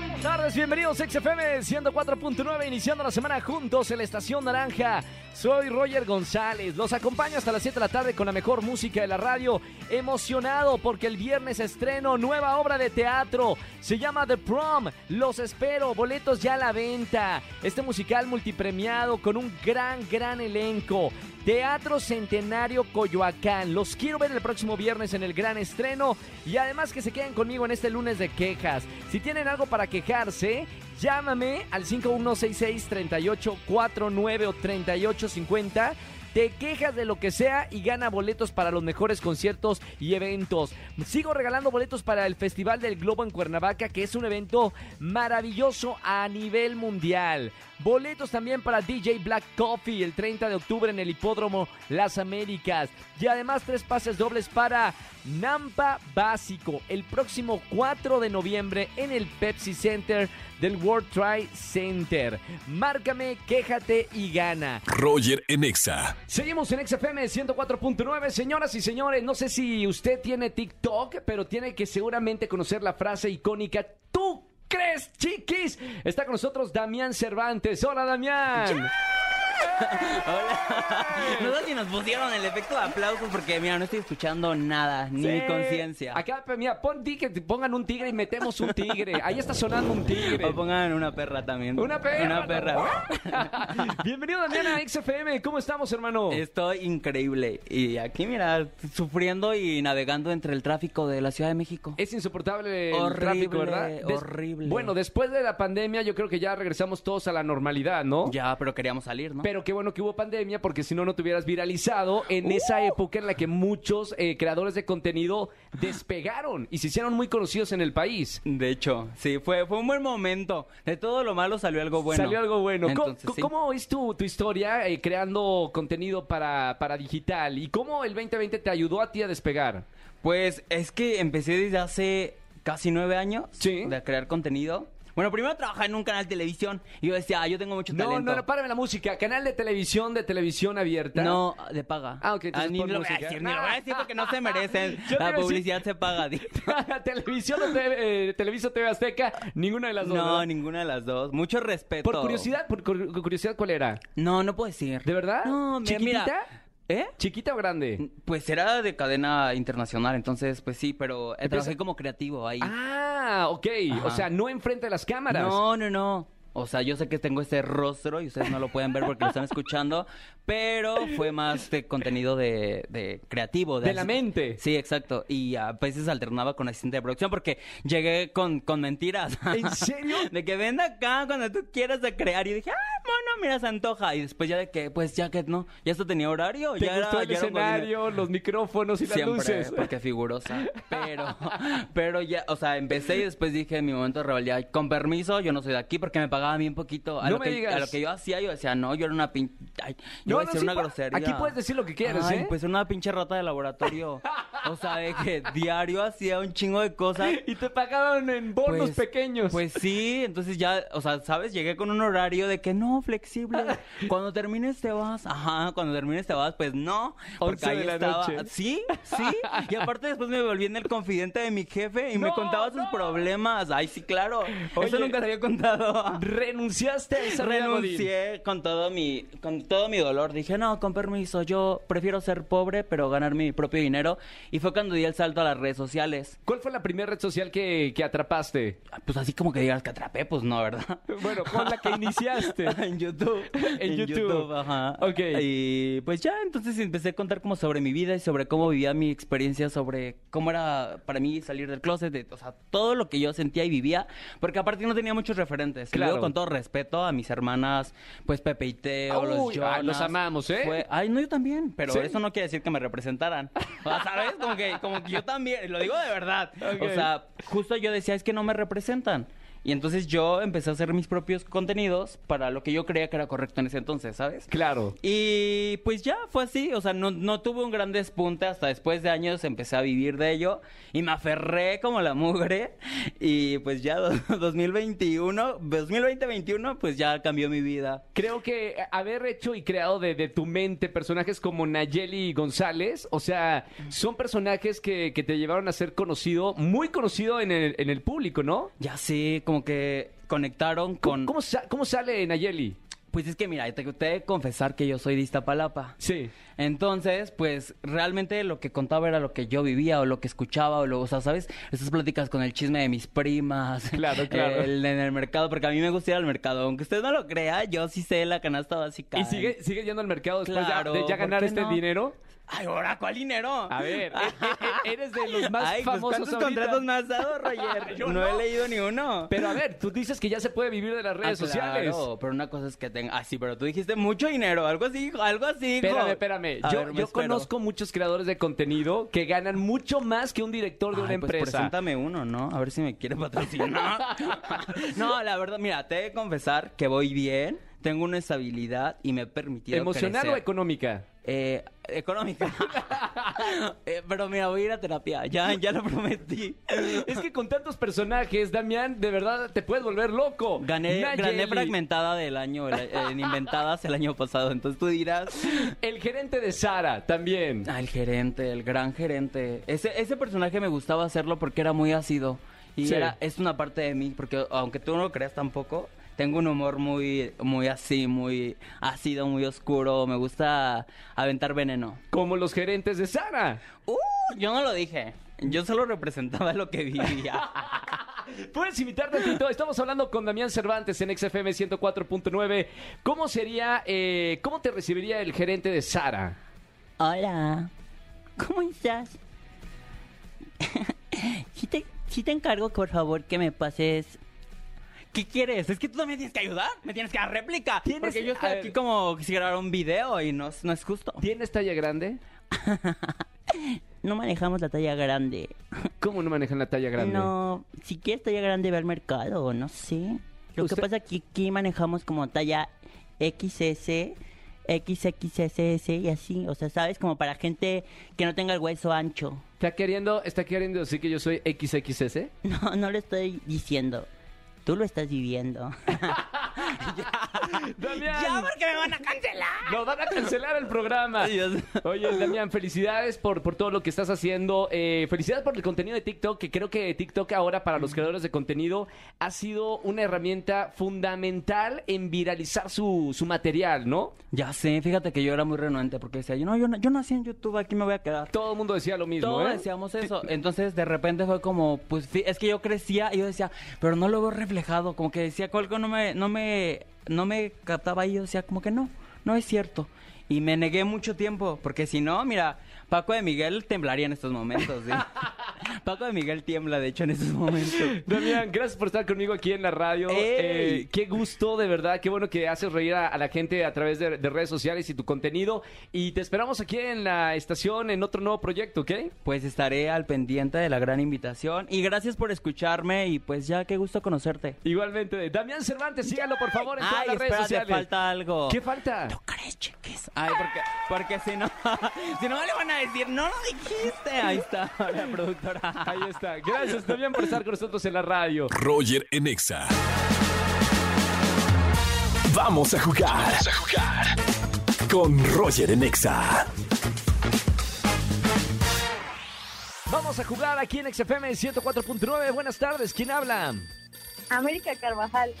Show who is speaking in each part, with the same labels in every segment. Speaker 1: Buenas tardes, bienvenidos a XFM 104.9, iniciando la semana juntos en la Estación Naranja. Soy Roger González, los acompaño hasta las 7 de la tarde con la mejor música de la radio, emocionado porque el viernes estreno nueva obra de teatro, se llama The Prom, los espero, boletos ya a la venta. Este musical multipremiado con un gran, gran elenco. Teatro Centenario Coyoacán. Los quiero ver el próximo viernes en el gran estreno y además que se queden conmigo en este lunes de quejas. Si tienen algo para quejarse, llámame al 5166-3849 o 3850. Te quejas de lo que sea y gana boletos para los mejores conciertos y eventos. Sigo regalando boletos para el Festival del Globo en Cuernavaca, que es un evento maravilloso a nivel mundial. Boletos también para DJ Black Coffee el 30 de octubre en el Hipódromo Las Américas. Y además tres pases dobles para Nampa Básico el próximo 4 de noviembre en el Pepsi Center del World Trade Center. Márcame, quéjate y gana.
Speaker 2: Roger en Exa.
Speaker 1: Seguimos en XFM 104.9, señoras y señores. No sé si usted tiene TikTok, pero tiene que seguramente conocer la frase icónica ¿Tú crees, chiquis? Está con nosotros Damián Cervantes. Hola, Damián.
Speaker 3: Hola. No sé si nos pusieron el efecto de aplauso porque, mira, no estoy escuchando nada, ni mi
Speaker 1: Sí.
Speaker 3: conciencia.
Speaker 1: Acá, pues, mira, pon ti que te pongan un tigre y metemos un tigre. Ahí está sonando un tigre.
Speaker 3: O pongan una perra también.
Speaker 1: Una perra. ¡Ah!
Speaker 3: Una perra.
Speaker 1: Bienvenido, Damián, a XFM. ¿Cómo estamos, hermano?
Speaker 3: Estoy increíble. Y aquí, mira, sufriendo y navegando entre el tráfico de la Ciudad de México.
Speaker 1: Es insoportable el
Speaker 3: Horrible,
Speaker 1: tráfico, ¿verdad?
Speaker 3: horrible.
Speaker 1: Bueno, después de la pandemia, yo creo que ya regresamos todos a la normalidad, ¿no?
Speaker 3: Ya, pero queríamos salir, ¿no?
Speaker 1: oh. Pero qué bueno que hubo pandemia, porque si no, no te hubieras viralizado en
Speaker 3: Uh.
Speaker 1: esa época en la que muchos eh, creadores de contenido despegaron y se hicieron muy conocidos en el país.
Speaker 3: De hecho, sí, fue, fue un buen momento. De todo lo malo salió algo bueno.
Speaker 1: Salió algo bueno. ¿Cómo-
Speaker 3: Entonces,
Speaker 1: ¿Cómo,
Speaker 3: sí.
Speaker 1: es tu, tu historia eh, creando contenido para, para digital? ¿Y cómo el 2020 te ayudó a ti a despegar?
Speaker 3: Pues es que empecé desde hace casi nueve años
Speaker 1: Sí.
Speaker 3: de crear contenido. Bueno, primero trabajaba en un canal de televisión y yo decía, ah, yo tengo mucho
Speaker 1: No,
Speaker 3: talento.
Speaker 1: no, no, párame la música. Canal de televisión, de televisión abierta.
Speaker 3: No, de paga.
Speaker 1: Ah, ok, entonces
Speaker 3: ni
Speaker 1: pon
Speaker 3: lo voy a
Speaker 1: música.
Speaker 3: decir, ni lo voy a decir porque no se merecen.
Speaker 1: Yo te iba a
Speaker 3: La
Speaker 1: decir-
Speaker 3: publicidad se paga. di.
Speaker 1: televisión o TV, eh, Televisa TV Azteca, ninguna de las dos.
Speaker 3: No,
Speaker 1: ¿verdad?
Speaker 3: ninguna de las dos. Mucho respeto.
Speaker 1: Por curiosidad, por cur- curiosidad, ¿cuál era?
Speaker 3: No, no puedo decir.
Speaker 1: ¿De verdad?
Speaker 3: No, mira,
Speaker 1: ¿Chiquitita?
Speaker 3: mira. ¿Eh?
Speaker 1: ¿Chiquita o grande?
Speaker 3: Pues era de cadena internacional, entonces, pues sí, pero eh,
Speaker 1: Empieza-
Speaker 3: trabajé como creativo ahí.
Speaker 1: Ah, ok. O
Speaker 3: Ajá.
Speaker 1: sea, no enfrente de las cámaras.
Speaker 3: No, no, no. O sea, yo sé que tengo este rostro y ustedes no lo pueden ver porque lo están escuchando, pero fue más de contenido de, de creativo.
Speaker 1: De la mente.
Speaker 3: Sí, exacto. Y a veces alternaba con asistente de producción porque llegué con, con mentiras.
Speaker 1: ¿En serio?
Speaker 3: De que ven acá cuando tú quieras a crear. Y dije, ah, mono, mira, se antoja. Y después ya de que, pues ya que no, ya esto tenía horario.
Speaker 1: ¿Te
Speaker 3: ya era-
Speaker 1: gustó el
Speaker 3: ya era un godín.
Speaker 1: escenario, los micrófonos y las
Speaker 3: Siempre,
Speaker 1: luces?
Speaker 3: porque figurosa. Pero, pero ya, o sea, empecé y después dije en mi momento de rebeldía, con permiso, yo no soy de aquí porque me pagaban bien poquito. A,
Speaker 1: No
Speaker 3: lo,
Speaker 1: me
Speaker 3: que,
Speaker 1: digas.
Speaker 3: a lo que yo hacía, yo decía, no, yo era una pinche.
Speaker 1: No,
Speaker 3: Yo iba a
Speaker 1: no,
Speaker 3: decir
Speaker 1: sí,
Speaker 3: una
Speaker 1: pa-
Speaker 3: grosería.
Speaker 1: aquí puedes decir lo que quieras,
Speaker 3: Ay,
Speaker 1: ¿eh?
Speaker 3: Pues era una pinche rata de laboratorio. o sea, de que diario hacía un chingo de cosas.
Speaker 1: Y te pagaron en bonos
Speaker 3: Pues-
Speaker 1: pequeños.
Speaker 3: Pues sí, entonces ya, o sea, ¿sabes? Llegué con un horario de que no, flexible. Cuando termines te vas. Ajá, cuando termines te vas, pues no.
Speaker 1: 11
Speaker 3: Porque
Speaker 1: de
Speaker 3: ahí
Speaker 1: la
Speaker 3: estaba.
Speaker 1: noche.
Speaker 3: Sí, sí. Y aparte después me volví en el confidente de mi jefe y me
Speaker 1: No,
Speaker 3: contaba sus
Speaker 1: no.
Speaker 3: problemas. Ay, sí, claro.
Speaker 1: Oye,
Speaker 3: Eso nunca te había contado.
Speaker 1: Renunciaste a esa vida godín.
Speaker 3: ah. Renuncié con todo mi con todo mi dolor. Dije, "No, con permiso, yo prefiero ser pobre pero ganar mi propio dinero." Y fue cuando di el salto a las redes sociales.
Speaker 1: ¿Cuál fue la primera red social que, que atrapaste?
Speaker 3: Ah, Pues así como que digas que atrapé, pues no, ¿verdad?
Speaker 1: Bueno, con la que iniciaste.
Speaker 3: en YouTube.
Speaker 1: En YouTube.
Speaker 3: ajá.
Speaker 1: Ok.
Speaker 3: Y pues ya, entonces empecé a contar como sobre mi vida y sobre cómo vivía mi experiencia, sobre cómo era para mí salir del closet, de- o sea, todo lo que yo sentía y vivía, porque aparte no tenía muchos referentes. Y
Speaker 1: Claro.
Speaker 3: luego, con todo respeto a mis hermanas, pues Pepe y Teo,
Speaker 1: Uy,
Speaker 3: los
Speaker 1: ah,
Speaker 3: Jonas.
Speaker 1: los amamos, ¿eh?
Speaker 3: Fue- Ay, no, yo también, pero
Speaker 1: Sí.
Speaker 3: eso no quiere decir que me representaran. O sea, ¿sabes? Como que, como que yo también, lo digo de verdad.
Speaker 1: Ok.
Speaker 3: O sea, justo yo decía, es que no me representan. Y entonces yo empecé a hacer mis propios contenidos para lo que yo creía que era correcto en ese entonces, ¿sabes?
Speaker 1: Claro.
Speaker 3: Y pues ya fue así, o sea, no, no tuve un gran despunte, hasta después de años empecé a vivir de ello y me aferré como la mugre Y pues ya do- 2021, 2020-21, pues ya cambió mi vida.
Speaker 1: Creo que haber hecho y creado de, de tu mente personajes como Nayeli González, o sea, son personajes que, que te llevaron a ser conocido, muy conocido en el, en el público, ¿no?
Speaker 3: Ya sé, como que conectaron con...
Speaker 1: ¿Cómo, sa- cómo sale Nayeli?
Speaker 3: Pues es que mira, te, te he de confesar que yo soy de Iztapalapa.
Speaker 1: Sí.
Speaker 3: Entonces, pues realmente lo que contaba era lo que yo vivía o lo que escuchaba o lo, o sea, ¿sabes? Esas pláticas con el chisme de mis primas. eh,
Speaker 1: Claro, claro.
Speaker 3: el- en el mercado, porque a mí me gusta ir al mercado. Aunque usted no lo crea, yo sí sé la canasta básica.
Speaker 1: ¿Y sigue, sigue yendo al mercado después de-
Speaker 3: Claro,
Speaker 1: de ya
Speaker 3: ¿por
Speaker 1: ganar
Speaker 3: qué
Speaker 1: este
Speaker 3: no?
Speaker 1: dinero?
Speaker 3: Ay, ahora, ¿cuál dinero?
Speaker 1: A ver, e- e- eres de los más
Speaker 3: Ay, pues,
Speaker 1: famosos
Speaker 3: ¿Cuántos
Speaker 1: ahorita.
Speaker 3: contratos me has dado, Roger?
Speaker 1: Yo
Speaker 3: no,
Speaker 1: no.
Speaker 3: he leído ni uno.
Speaker 1: Pero a ver, tú dices que ya se puede vivir de las redes
Speaker 3: Ah,
Speaker 1: sociales.
Speaker 3: Claro, pero una cosa es que tenga. Ah, sí, pero tú dijiste mucho dinero, algo así, hijo, algo así. hijo.
Speaker 1: Espérame, espérame.
Speaker 3: A
Speaker 1: Yo,
Speaker 3: ver, me
Speaker 1: yo
Speaker 3: espero.
Speaker 1: conozco muchos creadores de contenido que ganan mucho más que un director de una
Speaker 3: Ay, pues
Speaker 1: empresa.
Speaker 3: preséntame uno, ¿no? A ver si me quiere patrocinar. no, la verdad, mira, te he de confesar que voy bien, tengo una estabilidad y me he permitido
Speaker 1: ¿Emocional o
Speaker 3: crecer.
Speaker 1: económica?
Speaker 3: Eh, económica. Eh, pero mira, voy a ir a terapia, ya, ya lo prometí.
Speaker 1: Es que con tantos personajes, Damián, de verdad te puedes volver loco.
Speaker 3: Gané,
Speaker 1: Nayeli,
Speaker 3: gané fragmentada del año, el- eh, en inventadas el año pasado, entonces tú dirás...
Speaker 1: El gerente de Sara también.
Speaker 3: Ah, el gerente, el gran gerente. Ese, ese personaje me gustaba hacerlo porque era muy ácido. Y
Speaker 1: Sí.
Speaker 3: era, es una parte de mí, porque aunque tú no lo creas tampoco, tengo un humor muy, muy así, muy ácido, muy oscuro. Me gusta aventar veneno.
Speaker 1: Como los gerentes de Sara.
Speaker 3: ¡Uh! Yo no lo dije. Yo solo representaba lo que vivía.
Speaker 1: Puedes invitar tantito. Estamos hablando con Damián Cervantes en XFM 104.9. ¿Cómo sería, eh, cómo te recibiría el gerente de Sara?
Speaker 3: Hola. ¿Cómo estás? si, te, sí te encargo, por favor, que me pases. ¿Qué quieres? Es que tú también tienes que ayudar. Me tienes que dar réplica.
Speaker 1: Tienes-
Speaker 3: Porque yo
Speaker 1: a
Speaker 3: estoy
Speaker 1: ver.
Speaker 3: aquí como si grabara un video y no, es- no es justo.
Speaker 1: ¿Tienes talla grande?
Speaker 3: No manejamos la talla grande.
Speaker 1: ¿Cómo no manejan la talla grande?
Speaker 3: No, si quieres talla grande, ve al mercado, no sé. Lo
Speaker 1: Usted-
Speaker 3: que pasa aquí, aquí manejamos como talla XS, XXSS y así. O sea, ¿sabes? Como para gente que no tenga el hueso ancho.
Speaker 1: ¿Está queriendo, está queriendo decir que yo soy XXS?
Speaker 3: No, no lo estoy diciendo. Tú lo estás viviendo.
Speaker 1: Damián,
Speaker 3: porque me van a cancelar!
Speaker 1: nos van a cancelar el programa. Oye, Damián, felicidades por, por todo lo que estás haciendo. Eh, felicidades por el contenido de TikTok, que creo que TikTok ahora para los creadores de contenido ha sido una herramienta fundamental en viralizar su, su material, ¿no?
Speaker 3: Ya sé, fíjate que yo era muy renuente porque decía, yo no, yo, no- yo nací en YouTube, aquí me voy a quedar.
Speaker 1: Todo el mundo decía lo mismo,
Speaker 3: Todos
Speaker 1: ¿eh?
Speaker 3: decíamos eso. Entonces, de repente fue como, pues, fi- es que yo crecía y yo decía, pero no lo veo reflejado. Como que decía, algo no me, no me, no me captaba y yo decía, como que no, no es cierto. Y me negué mucho tiempo, porque si no, mira, Paco de Miguel temblaría en estos momentos. ¿sí? Paco de Miguel tiembla, de hecho, en estos momentos.
Speaker 1: Damián, gracias por estar conmigo aquí en la radio.
Speaker 3: ¡Ey!
Speaker 1: Eh, qué gusto, de verdad. Qué bueno que haces reír a, a la gente a través de, de redes sociales y tu contenido. Y te esperamos aquí en la estación en otro nuevo proyecto, ¿ok?
Speaker 3: Pues estaré al pendiente de la gran invitación. Y gracias por escucharme y pues ya, qué gusto conocerte.
Speaker 1: Igualmente. Damián Cervantes, sígalo, por favor, en todas
Speaker 3: Ay,
Speaker 1: las redes
Speaker 3: espérate,
Speaker 1: sociales.
Speaker 3: falta algo.
Speaker 1: ¿Qué falta?
Speaker 3: crees, chiquis? Ay, porque, porque si no, si no le van a decir, no lo dijiste. Ahí está, la productora.
Speaker 1: Ahí está. Gracias, Damián, por estar con nosotros en la radio.
Speaker 2: Roger en Exa. Vamos a jugar. Vamos a jugar. Con Roger en Exa.
Speaker 1: Vamos a jugar aquí en XFM 104.9. Buenas tardes. ¿Quién habla?
Speaker 4: América Carvajal.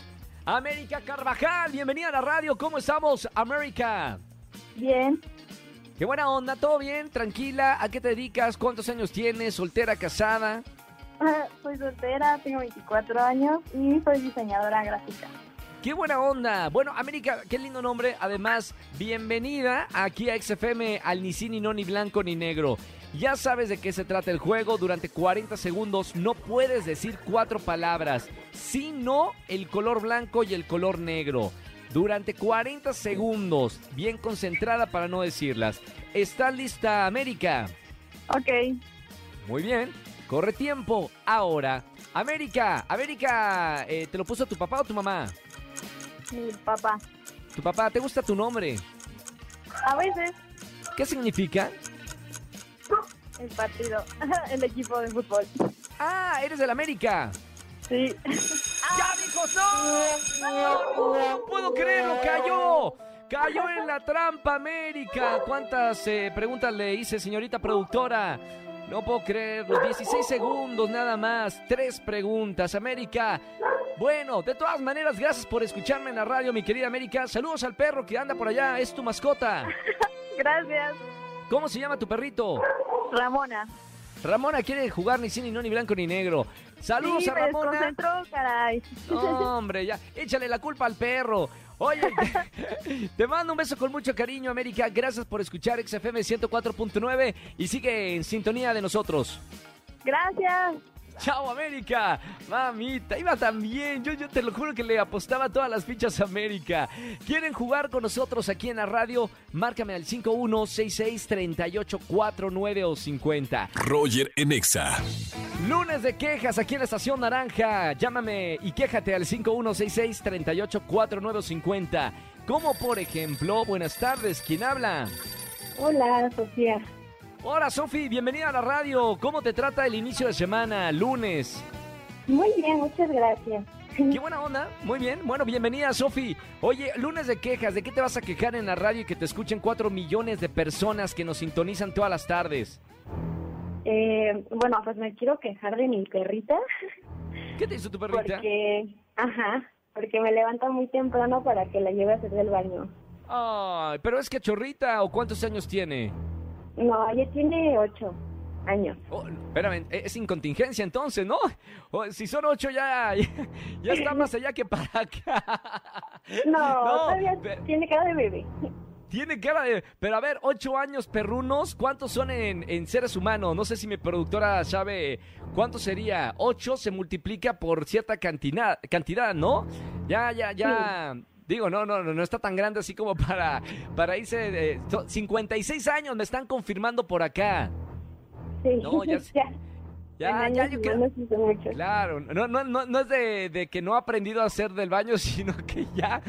Speaker 1: América Carvajal. Bienvenida a la radio. ¿Cómo estamos, América?
Speaker 4: Bien,
Speaker 1: Qué buena onda, todo bien, tranquila. ¿A qué te dedicas? ¿Cuántos años tienes? ¿Soltera, casada?
Speaker 4: Ah, soy soltera, tengo 24 años y soy diseñadora gráfica.
Speaker 1: Qué buena onda. Bueno, América, qué lindo nombre. Además, bienvenida aquí a XFM, al ni sí, ni no, ni blanco, ni negro. Ya sabes de qué se trata el juego. Durante 40 segundos no puedes decir cuatro palabras, sino el color blanco y el color negro. Durante 40 segundos, bien concentrada para no decirlas. ¿Estás lista, América?
Speaker 4: Ok,
Speaker 1: Muy bien. Corre tiempo. Ahora, América, América, eh, ¿te lo puso tu papá o tu mamá?
Speaker 4: mi papá.
Speaker 1: Tu papá, ¿te gusta tu nombre?
Speaker 4: A veces
Speaker 1: ¿Qué significa?
Speaker 4: el partido, el equipo de fútbol.
Speaker 1: Ah, eres del América.
Speaker 4: Sí. Ah,
Speaker 1: ¡Ya, mijos! ¡No! ¡No, no puedo creerlo! ¡Cayó! ¡Cayó en la trampa, América! ¿Cuántas eh, preguntas le hice, señorita productora? No puedo creerlo. 16 segundos nada más. Tres preguntas, América. Bueno, de todas maneras, gracias por escucharme en la radio, mi querida América. Saludos al perro que anda por allá. Es tu mascota.
Speaker 4: Gracias.
Speaker 1: ¿Cómo se llama tu perrito?
Speaker 4: Ramona.
Speaker 1: Ramona quiere jugar ni sin, ni no, ni blanco, ni negro. Saludos
Speaker 4: sí,
Speaker 1: a
Speaker 4: me
Speaker 1: Ramona.
Speaker 4: desconcentró, caray.
Speaker 1: No, hombre, ya, échale la culpa al perro. Oye, te mando un beso con mucho cariño, América. Gracias por escuchar XFM 104.9 y sigue en sintonía de nosotros.
Speaker 4: Gracias.
Speaker 1: Chao, América. Mamita, iba tan bien. Yo, yo te lo juro que le apostaba todas las fichas a América. ¿Quieren jugar con nosotros aquí en la radio? Márcame al 5166-3849 o 50.
Speaker 2: Roger en Exa.
Speaker 1: Lunes de quejas aquí en la Estación Naranja. Llámame y quéjate al 5166-384950. Como por ejemplo, buenas tardes, ¿quién habla?
Speaker 4: Hola, Sofía.
Speaker 1: Hola Sofi, bienvenida a la radio. ¿Cómo te trata el inicio de semana, lunes?
Speaker 4: Muy bien, muchas gracias.
Speaker 1: Qué buena onda, muy bien. Bueno, bienvenida Sofi. Oye, lunes de quejas, ¿de qué te vas a quejar en la radio y que te escuchen 4 millones de personas que nos sintonizan todas las tardes?
Speaker 4: Eh, bueno, pues me quiero quejar de mi perrita
Speaker 1: ¿Qué te hizo tu perrita?
Speaker 4: porque, ajá, porque me levanta muy temprano para que la lleve a hacer del baño.
Speaker 1: Ay, pero es que chorrita, ¿o cuántos años tiene?
Speaker 4: No, ella tiene ocho años.
Speaker 1: Oh, espérame, e- es incontingencia entonces, ¿no? O, si son ocho ya, ya, está más allá que para acá.
Speaker 4: No,
Speaker 1: No,
Speaker 4: todavía
Speaker 1: pe-
Speaker 4: tiene cara de bebé.
Speaker 1: Tiene cara de... Pero a ver, ocho años perrunos, ¿cuántos son en, en seres humanos? No sé si mi productora sabe cuánto sería. Ocho se multiplica por cierta cantidad, cantidad ¿no? Ya, ya, ya... Digo, no, no, no, no está tan grande así como para, para irse... De, so- 56 años me están confirmando por acá.
Speaker 4: Sí.
Speaker 1: No, ya sé. Ya,
Speaker 4: en
Speaker 1: ya,
Speaker 4: años
Speaker 1: yo creo...
Speaker 4: humanos hizo mucho.
Speaker 1: Claro, no, no, no, no es de, de que no ha aprendido a hacer del baño, sino que ya,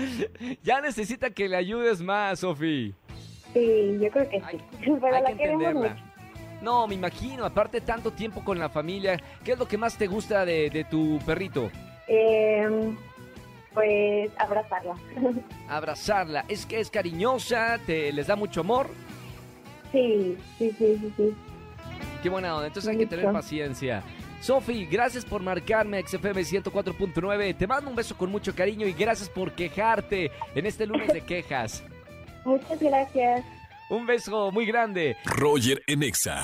Speaker 1: ya necesita que le ayudes más, Sofi.
Speaker 4: Sí, yo creo que sí.
Speaker 1: Hay-
Speaker 4: Pero
Speaker 1: Hay
Speaker 4: la
Speaker 1: que
Speaker 4: queremos
Speaker 1: entenderla.
Speaker 4: mucho.
Speaker 1: No, me imagino, aparte tanto tiempo con la familia, ¿qué es lo que más te gusta de, de tu perrito?
Speaker 4: Eh, pues abrazarla.
Speaker 1: Abrazarla, es que es cariñosa, te les da mucho amor.
Speaker 4: Sí, sí, sí, sí, sí.
Speaker 1: Qué buena onda, entonces hay que tener
Speaker 4: Mucho.
Speaker 1: paciencia. Sofi, gracias por marcarme a XFM 104.9. Te mando un beso con mucho cariño y gracias por quejarte en este lunes de quejas.
Speaker 4: Muchas gracias.
Speaker 1: Un beso muy grande.
Speaker 2: Roger en Exa.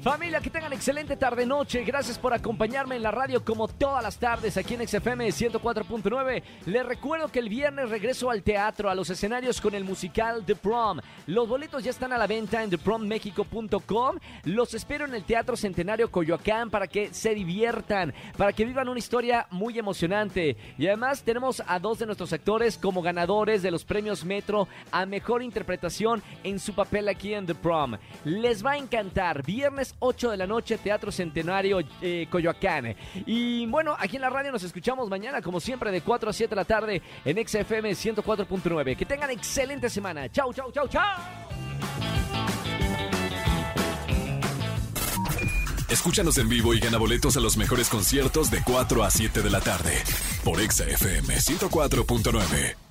Speaker 1: Familia, que tengan excelente tarde-noche. Gracias por acompañarme en la radio como todas las tardes aquí en XFM 104.9. Les recuerdo que el viernes regreso al teatro, a los escenarios con el musical The Prom. Los boletos ya están a la venta en theprommexico.com. Los espero en el Teatro Centenario Coyoacán para que se diviertan, para que vivan una historia muy emocionante. Y además tenemos a dos de nuestros actores como ganadores de los premios Metro a mejor interpretación en su papel aquí en The Prom. Les va a encantar. Viernes 8 de la noche, Teatro Centenario eh, Coyoacán. Y bueno, aquí en la radio nos escuchamos mañana, como siempre, de 4 a 7 de la tarde en XFM 104.9. Que tengan excelente semana. Chau, chau, chau, chau.
Speaker 2: Escúchanos en vivo y gana boletos a los mejores conciertos de 4 a 7 de la tarde por Exa FM 104.9.